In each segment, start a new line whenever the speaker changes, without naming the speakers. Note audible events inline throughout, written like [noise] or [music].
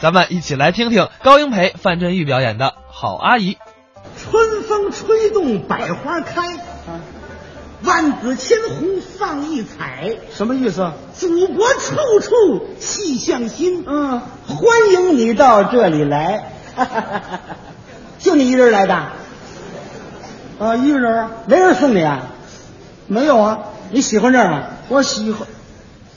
咱们一起来听听高英培、范振钰表演的《好阿姨》。
春风吹动百花开，万紫千红放异彩。
什么意思？
祖国处处气象新，
嗯，
欢迎你到这里来。
[laughs]
就你一人来的，
啊，一个人啊？
没人送你啊？
没有啊，
你喜欢这儿吗？
我喜欢。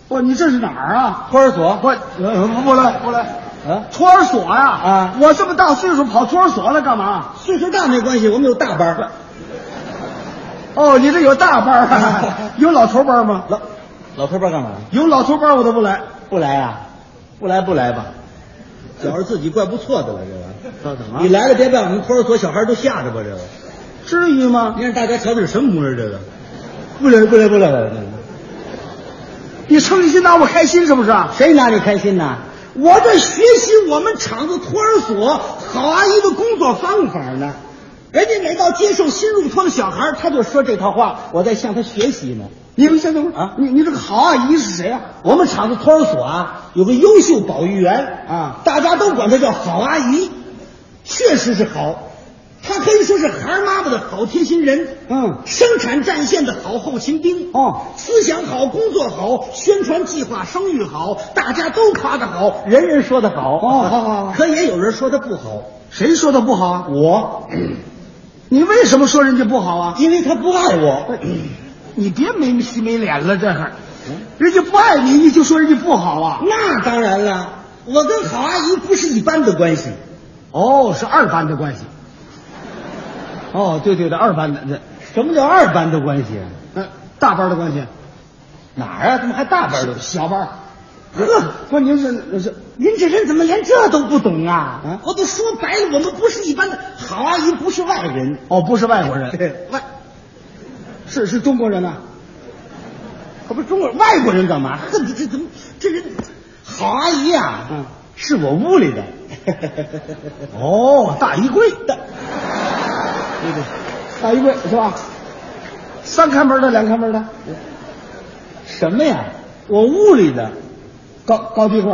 不，你这是哪儿啊？
托儿所
我呃不不来不来，
啊，
托儿所呀、
啊
我这么大岁数跑托儿所来干嘛？
岁数大没关系，我们有大班儿。
哦，你这有大班儿
[laughs]
啊？有老头班吗？
老老头班干嘛？
有老头班我都不来。嗯
不来啊？不来不来吧，觉着自己怪不错的了，这玩意儿。
这怎
你来了，别把我们托儿所小孩都吓着吧，这个。
至于吗
你？让大家瞧瞧是什么模样，这个。不来不来不来不来，
你趁机拿我开心是不是？
谁拿你开心呐？我在学习我们厂子托儿所好阿姨的工作方法呢。人家每到接受新入托的小孩，他就说这套话，我在向他学习呢。
你们先等会儿
啊
你你这个好阿姨是谁呀、
我们厂子托儿所啊，有个优秀保育员
啊
大家都管她叫好阿姨，确实是好，她可以说是孩儿妈妈的好贴心人，
嗯
生产战线的好后勤兵，
哦
思想好，工作好，宣传计划声誉好，大家都夸她好，人人说她好，
哦好好好
可也有人说她不好，
谁说的不好啊？
我，
[clears throat] 你为什么说人家不好啊？
因为她不爱我，
[clears throat] 你别没心没脸了，这还，人家不爱你，你就说人家不好啊？
嗯那当然了，我跟好阿姨不是一般的关系。
哦，是二班的关系。哦，对对对，二班的这，
什么叫二班的关系？
呃，大班的关系，
哪儿啊？怎么还大班的？
小班。
呵，
不，您是是
您这人怎么连这都不懂啊？
啊
我都说白了，我们不是一般的好阿姨，不是外人。
哦，不是外国人，
对，外
是是中国人呐、
可不是中国人，外国人干嘛？呵，这这怎么这人好阿姨啊？
嗯，
是我屋
[laughs]
里的。
哦，大衣柜的，对对，大衣柜是吧？三开门的，两开门的，
什么呀？我屋里的。
高高低柜，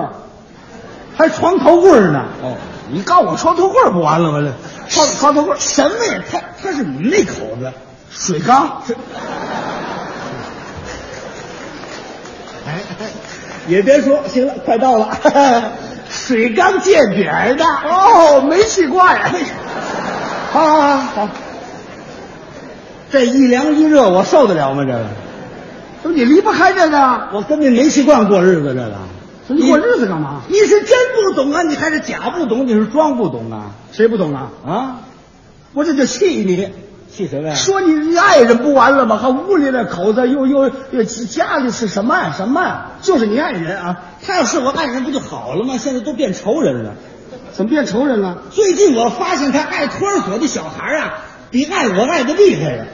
还床头柜呢。
哦，
你告我床头柜不完了吗？这床床头柜
什么呀？他他是你们那口子。
水缸，
哎哎，也别说，行了，快到
[laughs]
了。水缸见底儿的。
哦，煤气罐， [laughs] 好好好好，
这一凉一热，我受得了吗？这个，
怎么你离不开这个啊？
我跟这煤气罐过日子，这个。
你过日子干嘛？
你是真不懂啊，你还是假不懂？你是装不懂啊？
谁不懂啊？
啊！我这就气你，气什么呀说
说你爱人不完了吗？还屋里那口子又又又家里是什么呀什么呀？就是你爱人啊，
他要是我爱人不就好了吗？现在都变仇人了。
怎么变仇人了？
最近我发现他爱托儿所的小孩啊，比爱我爱的厉害了。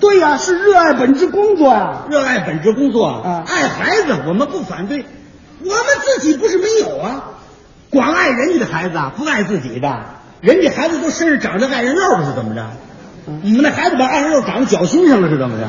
对呀、是热爱本职工作呀、
热爱本职工作
啊
爱孩子我们不反对，我们自己不是没有啊，光爱人家的孩子啊，不爱自己的，人家孩子都身上长着爱人肉是怎么着？你们那孩子把爱人肉长脚心上了是怎么着？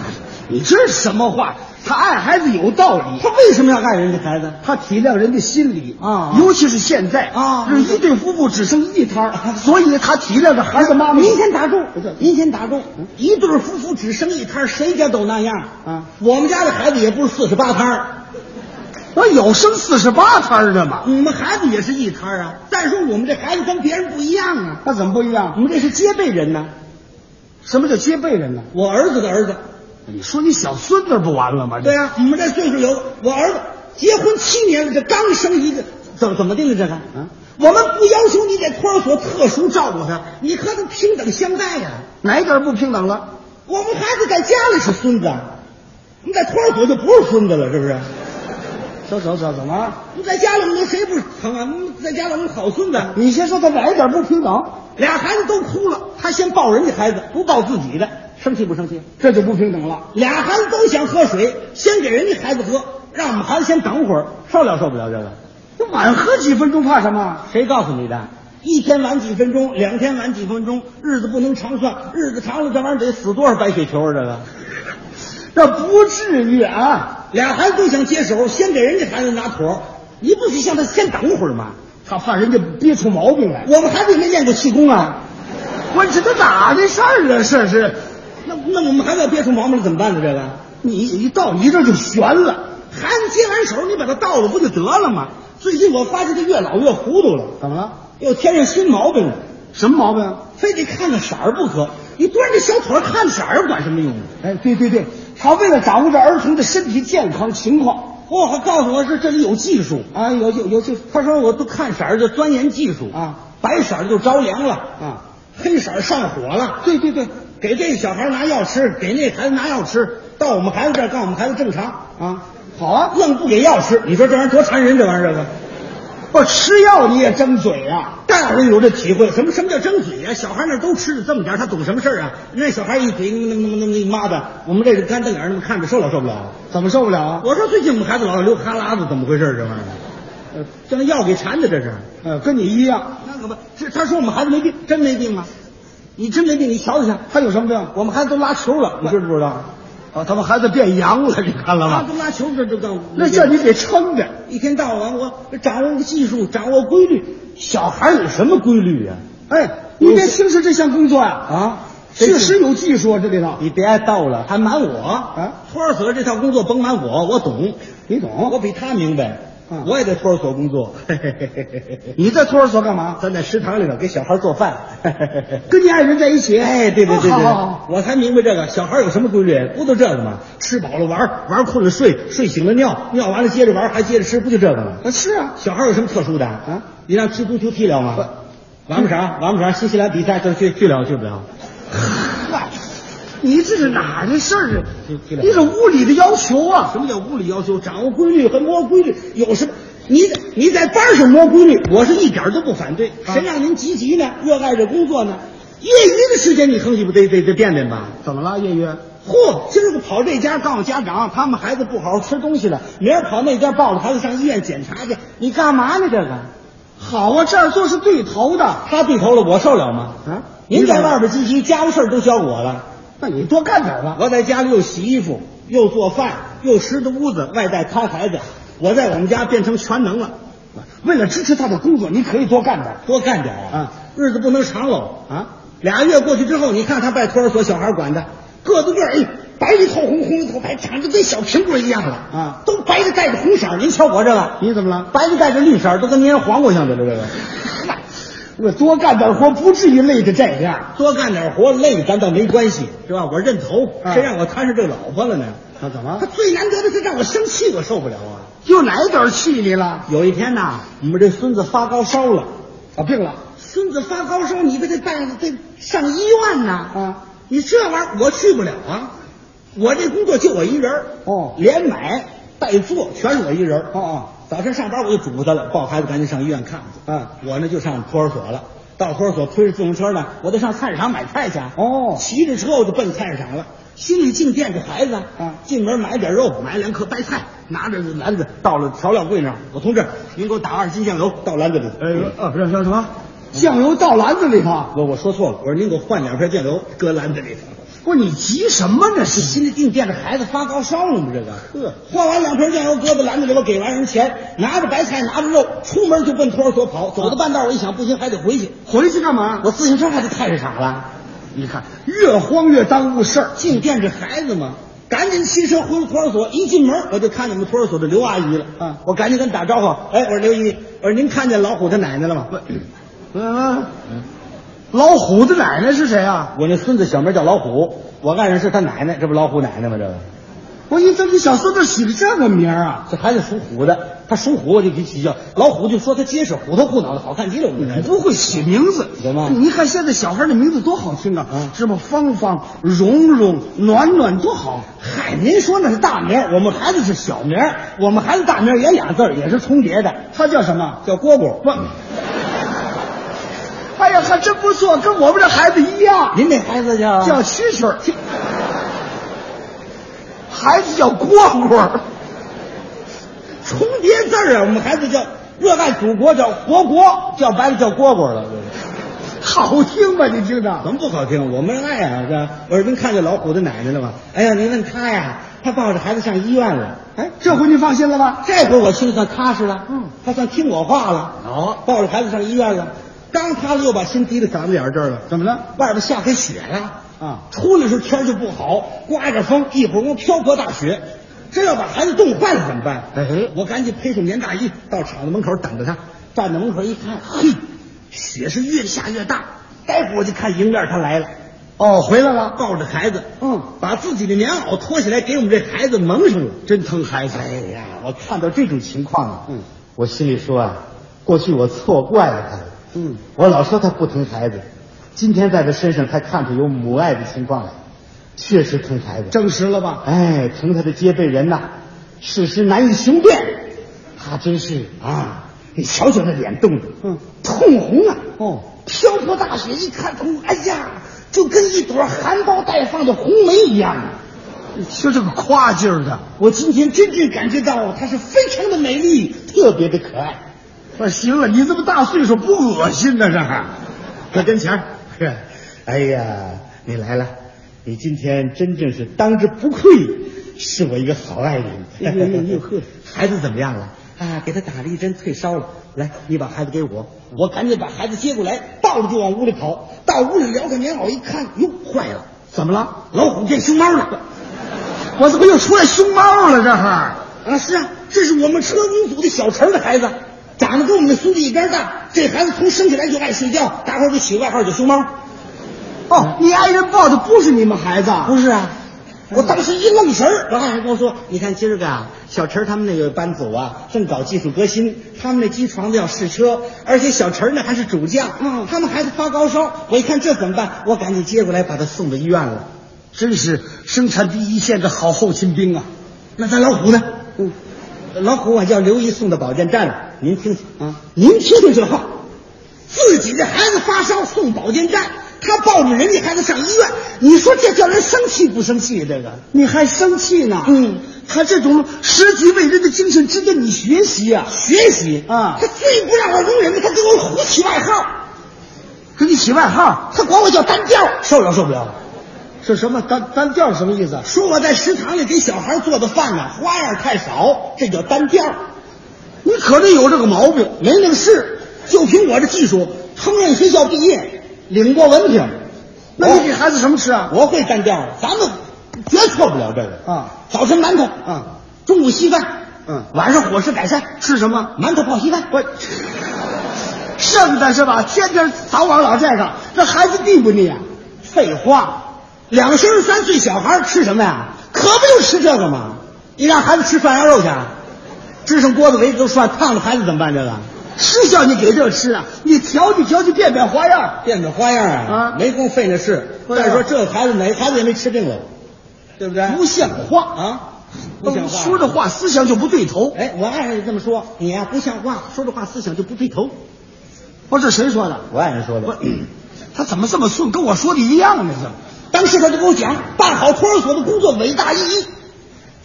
你这是什么话？他爱孩子有道理，
他为什么要爱人家孩子？
他体谅人的心理
啊
尤其是现在
啊
就是一对夫妇只生一胎儿，所以他体谅着孩子妈妈。
您先打住，您先打住。一对夫妇只生一摊儿，谁家都那样
啊
我们家的孩子也不是四十八摊儿，
我有生四十八胎儿的嘛，
我们孩子也是一摊儿啊。再说我们这孩子跟别人不一样啊，
那怎么不一
我
样？
们这是接辈人呐。
什么叫接辈人呢？
我儿子的儿子，
你说你小孙子不完了吗？
对呀、我们这岁数有我儿子结婚七年了，这刚生一个，怎么怎么定的这个？啊
嗯，
我们不要求你在托儿所特殊照顾他，你和他平等相待呀、
哪一点不平等了？
我们孩子在家里是孙子，你在托儿所就不是孙子了，是不是？
走走走，怎么了？
你在家里面谁不疼啊？你在家里面好孙子，
你先说他哪一点不平等，
俩孩子都哭了，他先抱人家孩子，不抱自己的，生气不生气？
这就不平等了。
俩孩子都想喝水，先给人家孩子喝，让我们孩子先等会儿，受了受不了这个？
那晚喝几分钟怕什么？
谁告诉你的？一天晚几分钟，两天晚几分钟，日子不能长算，日子长了这玩意儿得死多少白血球啊！这
[laughs]
个，
这不至于啊！
俩孩子都想接手，先给人家孩子拿妥，你不许向他先等会儿吗？
他怕人家憋出毛病来。
我们还得没练过气功啊。
关这都咋的事儿啊？这是，
那那我们还要憋出毛病怎么办呢？这个
你一到你这就悬了。
还接完手，你把它倒了不就得了吗？最近我发现他越老越糊涂了，
怎么了？
又添上新毛病了，
什么毛病啊？
非得看看色儿不可。你端着小腿儿看色儿管什么用啊？
哎，对对对，他为了掌握这儿童的身体健康情况
哦，还告诉我是这里有技术。
啊，有有有这
他说我都看色儿就钻研技术
啊，
白色儿就着凉了，
啊，
黑色儿上火了。
对对对，
给这小孩拿药吃，给那孩子拿药吃，到我们孩子这儿告诉我们孩子正常，
啊，好啊，
愣不给药吃。你说这玩意儿多残忍，这玩意儿这个。
不吃药你也争嘴啊？
大人有这体会，什么什么叫争嘴啊？小孩那都吃的这么点儿，他懂什么事儿啊？那小孩一嘴那么那么那么一妈的，我们这个干瞪眼儿那么看着受了受不了。
怎么受不了啊？
我说最近我们孩子老流哈喇子，怎么回事儿？这玩意儿，呃，这那药给馋的这是。
呃，跟你一样，
那可不是，他说我们孩子没病，真没病吗？你真没病，你瞧瞧去，
他有什么病？
我们孩子都拉球了，你知不知道？
啊，他们孩子变阳了， [laughs] 你看了
他
吗？
都拉球，这这这，
那叫你给撑的。
一天到晚我掌握技术，掌握规律，小孩有什么规律呀、
哎，你得轻视这项工作呀！
啊，
确实有技术啊，这里头
你别挨逗了，还瞒我啊！托儿所这套工作甭瞒我，我懂，
你懂。
我比他明白。
啊
我也在托儿所工作，
你在托儿所干嘛？
咱在食堂里头给小孩做饭。
跟你爱人在一起？哦
哎，对对对对，
好好好
我才明白这个小孩有什么规律，不都这个吗？吃饱了玩，玩困了睡，睡醒了尿，尿完了接着玩，还接着吃，不就这个吗？
啊，是啊，
小孩有什么特殊的啊？你让踢足球踢了吗？玩不成，玩不成，新西兰比赛就去去了去不了。
嗨，你这是哪儿的事儿啊？
踢踢了
你这无理的要求啊！
什么叫物理要求？掌握规律和摸规律有什么？你你在班上摸规律，我是一点儿都不反对。
啊
谁让您积极呢？热爱这工作呢？业余的时间你哼唧不得得得垫垫吧？
怎么了，叶月？
嚯，今儿个跑这家告诉家长他们孩子不好好吃东西了，明儿跑那家抱着孩子上医院检查去，你干嘛呢？这个
好啊，这样做是对头的啊！
他对头了，我受了吗？您在外边积极，家务事儿都交我了，
那你多干点吧。
我在家里又洗衣服，又做饭，又拾掇屋子，外带看孩子，我在我们家变成全能了。
为了支持他的工作，你可以多干点
多干点啊，
啊
日子不能长喽。
啊！
俩月过去之后，你看他拜托儿所小孩管的，个子个儿，哎，白里透红，红里透白，长得跟小苹果一样了
啊
都白的带着红色儿。您瞧我这个，
你怎么了？
白的带着绿色儿，都跟蔫黄瓜像的这个。
我多干点活，不至于累得这样。
多干点活累咱倒没关系，是吧？我认头，
啊
谁让我摊上这老婆了呢？
那怎
他？最难得的是让我生气，我受不了啊！
又哪一点气你了？
有一天呐，我们这孙子发高烧了，
啊，病了
孙子发高烧，你给他带得上医院呐
啊！
你这玩意儿我去不了啊！我这工作就我一人儿
哦
连买带做全是我一人儿
哦哦。
早晨上班我就嘱咐他了，抱孩子赶紧上医院看去。
嗯，
我呢就上托儿所了。到托儿所推着自行车呢，我得上菜市场买菜去。啊
哦
骑着车我就奔菜市场了，心里净惦着孩子。
啊
进门买点肉，买两颗白菜，拿着篮子到了调料柜那儿，我同志，您给我打二斤酱油到篮子里。
呃，什什么？酱油倒篮子里头？
我我说错了，我说您给我换两瓶酱油，搁篮子里头。
不是你急什么呢？
这心里净惦着孩子发高烧了吗？这个，换完两瓶酱油，搁在篮子里，我给完人钱，拿着白菜，拿着肉，出门就奔托儿所跑。走到半道，我一想，不行，还得啊回去。
回去干嘛？
我自行车还得菜市场了，
你看，越慌越耽误事儿。
净惦着孩子嘛。赶紧骑车回了托儿所，一进门我就看见我们托儿所的刘阿姨了。
嗯
我赶紧跟她打招呼，哎，我说刘姨，我说您看见老虎他奶奶了吗？
嗯，老虎的奶奶是谁啊？
我那孙子小名叫老虎，我爱人是他奶奶，这不老虎奶奶吗？这个。
我一听你小孙子起个这个名儿啊，
这孩子属虎的，他属虎我就给起叫老虎，就说他结实，虎头虎脑的，好看极了。我们这孩
你
子
不会起名字
有吗
你看现在小孩的名字多好听啊，
嗯
什么芳芳、蓉蓉、暖暖，多好。
嗨，您说那是大名儿，我们孩子是小名儿，我们孩子大名儿也俩字儿，也是重叠的，
他叫什么？
叫蝈蝈。
不，哎呀，还真不错，跟我们这孩子一样，
您那孩子叫
叫蛐蛐儿，孩子叫蝈蝈儿，
重叠字儿啊，我们孩子叫热爱祖国，叫活国，叫白了叫蝈蝈了。
好听吧？你听着，
怎么不好听？我们爱啊！这我耳边看见老虎的奶奶了吗？哎呀，您问他呀，他抱着孩子上医院了。
哎，这回您放心了吧？
这回我心里算踏实了，
嗯，
他算听我话了。
哦
抱着孩子上医院了，刚踏实又把心提到嗓子眼儿这儿了。
怎么了？
外边下开雪了
啊
出来时候天儿就不好，刮着风，一会儿能瓢泼大雪。真要把孩子冻坏了怎么办？
哎
我赶紧披上棉大衣到厂子门口等着他。站在门口一看，嘿，雪是越下越大。待会儿我就看迎面他来了，
哦，回来了。
抱着孩子，
嗯，
把自己的棉袄脱下来给我们这孩子蒙上了。
真疼孩子。
哎呀，我看到这种情况啊，
嗯，
我心里说啊，过去我错怪了他，
嗯，
我老说他不疼孩子，今天在他身上才看出有母爱的情况来，确实疼孩子。
证实了吧？
哎，疼他的皆被人呐，事实难以雄辩，他真是啊，你瞧瞧那脸冻的，
嗯，
通红啊，
哦，
瓢泼大雪一看通，哎呀，就跟一朵含苞待放的红梅一样啊。
就这个夸劲儿的，
我今天真正感觉到她是非常的美丽，特别的可爱。
不是行了，你这么大岁数不恶心呢？这还
在跟前儿，是，哎呀，你来了，你今天真正是当之无愧，是我一个好爱
哎呦呦呦呵
人。孩子怎么样了？啊，给他打了一针退烧了。来，你把孩子给我，我赶紧把孩子接过来，抱着就往屋里跑。到屋里撩开棉袄一看，哟，坏了，
怎么了？
老虎变熊猫了。
我怎么又出来熊猫了？这还
啊，是啊，这是我们车工组的小陈的孩子，长得跟我们的苏弟一边大。这孩子从生下来就爱睡觉，大伙儿给起个外号叫熊猫。
哦，你爱人抱的不是你们孩子？
不是啊，我当时一愣神儿，老海还跟我说：“你看今儿个啊，小陈他们那个班组啊，正搞技术革新，他们那机床子要试车，而且小陈呢还是主将，
嗯
他们孩子发高烧，我一看这怎么办？我赶紧接过来把他送到医院了。
真是生产第一线的好后勤兵啊！
那咱老虎呢？
嗯，
老虎我叫刘姨送到保健站了，您听听
啊，
您听听这话，自己的孩子发烧送保健站，他抱着人家孩子上医院，你说这叫人生气不生气？这个。
你还生气呢？
嗯，
他这种舍己为人的精神值得你学习啊！
学习
啊
他最不让我容忍的，他给我胡起外号，
给你起外号，
他管我叫单调，受不了受不了。
是什么单单调什么意思？
说我在食堂里给小孩做的饭呢、花样太少，这叫单调。
你可得有这个毛病。
没那个事，就凭我这技术，烹饪学校毕业，领过文凭，
那你给孩子什么吃啊？
我会单调，咱们绝错不了这个
啊。
早晨馒头，啊
嗯，
中午稀饭，
嗯
晚上伙食改善，
吃什么？
馒头泡稀饭。
我剩的是吧？天天早晚老这个，这孩子腻不腻啊？
废话，两岁儿三岁小孩儿吃什么呀？可不就吃这个吗？你让孩子吃涮羊肉去，啊支上锅子围着都涮，烫了孩子怎么办？这个
是叫你给这吃啊？你调剂调剂，变变花样，
变着花样
啊
没工夫费那事。
对啊
再说这个孩子哪个孩子也没吃病过，对不对？
不像话
哎啊！不像
嗯
话。
说这话思想就不对头。
哎，我爱人这么说，你呀、不像话，说这话思想就不对头。
我这谁说的？
我 [clears throat] 爱人说
我他怎么这么顺？跟我说的一样呢？怎么？
当时他就跟我讲，办好托儿所的工作伟大意义，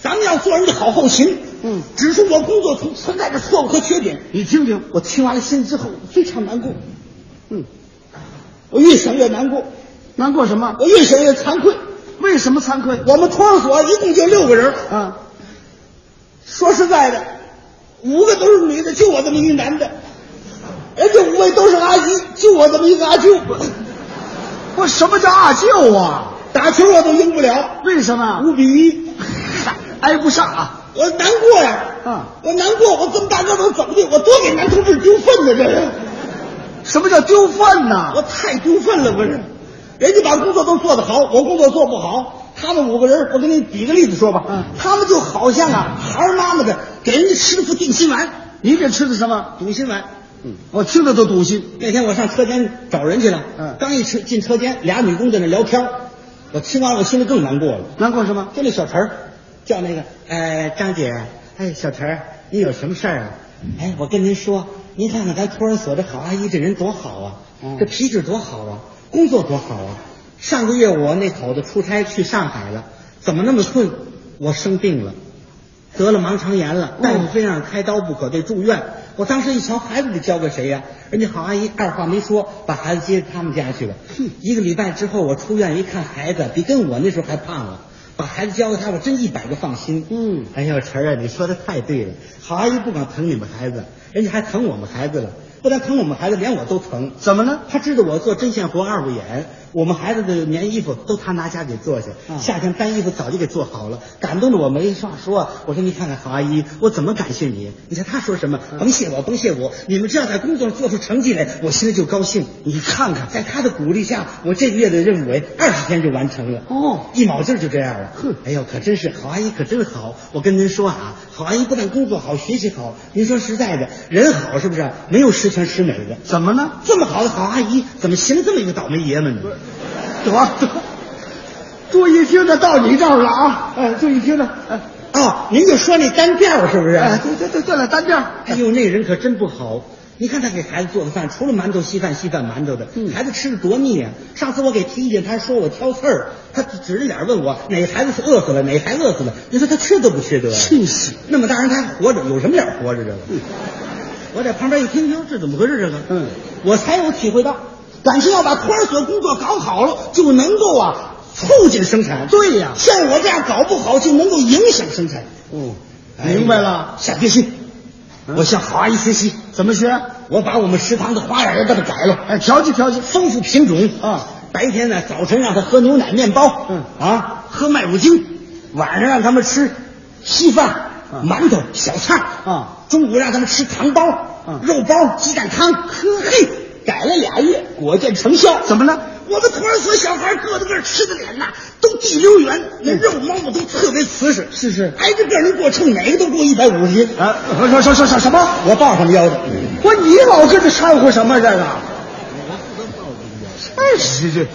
咱们要做人的好后勤。
嗯
指出我工作存存在着错误和缺点。
你听听，
我听完了心之后非常难过，
嗯，
我越想越难过，
难过什么？
我越想越惭愧。
为什么惭愧？
我们托儿所一共就六个人，
啊，
说实在的，五个都是女的，就我这么一男的，人家五位都是阿姨，就我这么一个阿舅。
[laughs] 我什么叫阿舅啊？
打球我都赢不了，
为什么？
五比一，
[laughs] 挨不上啊！
我难过呀！
啊，
我难过，我这么大个头怎么的？我多给男同志丢份呢，这是。
什么叫丢饭呢？
我太丢份了，不是？人家把工作都做得好，我工作做不好。他们五个人，我给你比个例子说吧，
嗯
他们就好像啊，孩儿妈妈的给人家吃了副定心丸，
你给吃的什么？
定心丸。
我听着都堵心。
那天我上车间找人去了，
嗯
刚一吃进车间，俩女工在那聊天儿，我听完我心里更难过了。
难过什么？
就那小陈儿，叫那个，呃，张姐，哎，小陈儿，你有什么事儿啊？哎，我跟您说，您看看咱托儿所这好阿姨这人多好啊，
嗯
这皮质多好啊，工作多好啊。上个月我那口子出差去上海了，怎么那么困？我生病了，得了盲肠炎了，大夫非让开刀不可，得住院。我当时一瞧，孩子得交给谁呀、人家郝阿姨二话没说，把孩子接到他们家去了。一个礼拜之后，我出院一看，孩子比跟我那时候还胖了。把孩子交给他，我真一百个放心。
嗯
哎呦，晨儿啊，你说的太对了。郝阿姨不光疼你们孩子，人家还疼我们孩子了。不但疼我们孩子，连我都疼。
怎么呢？
他知道我做针线活二五眼，我们孩子的棉衣服都他拿家给做去，
啊
夏天单衣服早就给做好了，感动的我没话说。啊我说你看看郝阿姨，我怎么感谢你？你看他说什么？
嗯
甭谢我，甭谢我，你们这样在工作上做出成绩来，我心里就高兴。你看看，在他的鼓励下，我这个月的任务哎，二十天就完成了。
哦
一卯劲儿就这样了。
哼
哎呦，可真是郝阿姨可真好。我跟您说啊，郝阿姨不但工作好，学习好，您说实在的，人好是不是？没有十全十美的。
怎么呢？
这么好的好阿姨，怎么行这么一个倒霉爷们呢？
得得，注意听着，到你这儿了啊！哎，注意听着，哎，
哦，您就说那单调是不是？
哎，对对对对了，单调。
哎呦，那人可真不好。你看他给孩子做的饭，除了馒头、稀饭、稀饭、馒头的，
嗯
孩子吃的多腻啊！上次我给提意见，他说我挑刺儿，他指着脸问我哪个孩子是饿死了，哪个孩子饿死了。你说他缺德不缺德呀？
真是
那么大人他还活着，有什么脸活着这个？我在旁边一听，哟，这怎么回事？这个，
嗯，
我才有体会到，感情要把托儿所工作搞好了，就能够啊促进生产。
对呀
像我这样搞不好，就能够影响生产。
嗯，
哎呀
明白了，
下决心，
嗯
我向郝阿姨学习，
怎么学？
我把我们食堂的花样也给它改了，
哎，调剂调剂。
丰富品种
啊。
白天呢，早晨让他喝牛奶、面包，
嗯
啊，喝麦乳精；晚上让他们吃稀饭、
啊
馒头、小菜
啊。
中午让他们吃糖包、
嗯
肉包、鸡蛋汤。呵嘿，改了俩月，果见成效。
怎么呢？
我们托儿所小孩个子个儿吃的脸呐，都地溜圆，那
嗯
肉猫子都特别瓷实。
是是
挨着个儿能给我称，哪个都过一百五十斤。
啊，说说说说什么？
我抱上腰的。
不是你老跟着掺和什么这个？哎，是是，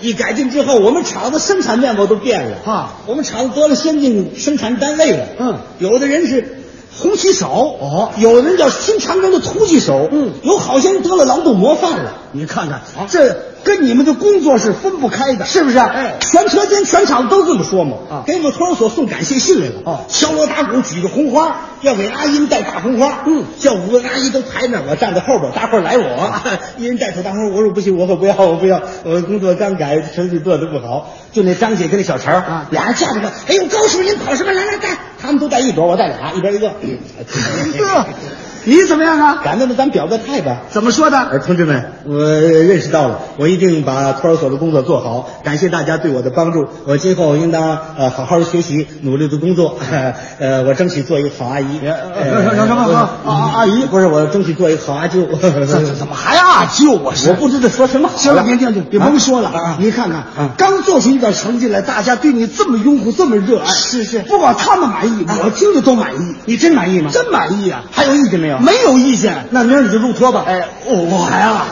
一改进之后，我们厂子生产面貌都变了
啊
我们厂子多了先进生产单位了，
嗯
有的人是红旗手，
哦
有的人叫新长征的突击手，
嗯
有好些人得了劳动模范了。
你看看，这跟你们的工作是分不开的，是不是？哎，
全车间、全厂都这么说嘛，
啊
给我们托儿所送感谢信来了，
哦
敲锣打鼓举着红花，要给阿姨们带大红花，
嗯啊
叫五个阿姨都排那儿，我站在后边，大伙儿来我，啊一人带头大伙儿，我说不行，我可不要，我不要，我工作刚改，成绩做的不好，就那张姐跟那小陈儿
啊
俩人架着个，哎呦，高师傅您跑什么？来来带，他们都带一朵，我带俩，一边一
[laughs]
个，
呵，你怎么样啊？
感动的咱表个态吧。
怎么说
呃，
的？
同志们，我认识到了，我一定把托儿所的工作做好。感谢大家对我的帮助，我今后应当呃好好学习，努力的工作。呃，我争取做一个好阿姨。
呃什么什么
呃
啊啊阿姨
不是，我争取做一个好阿舅。
怎怎怎么还啊舅啊？
我不知道说什么好
行了，
了。
别别别，别
啊
甭说了。
啊
你看看，
啊
刚做出一点成绩来，大家对你这么拥护，这么热爱，
是是
不光他们满意，
啊
我听着都满意，
你真满意吗？
真满意啊！
还有意见没有？
没有意见。
那明儿你就入托吧。
哎，我我还啊，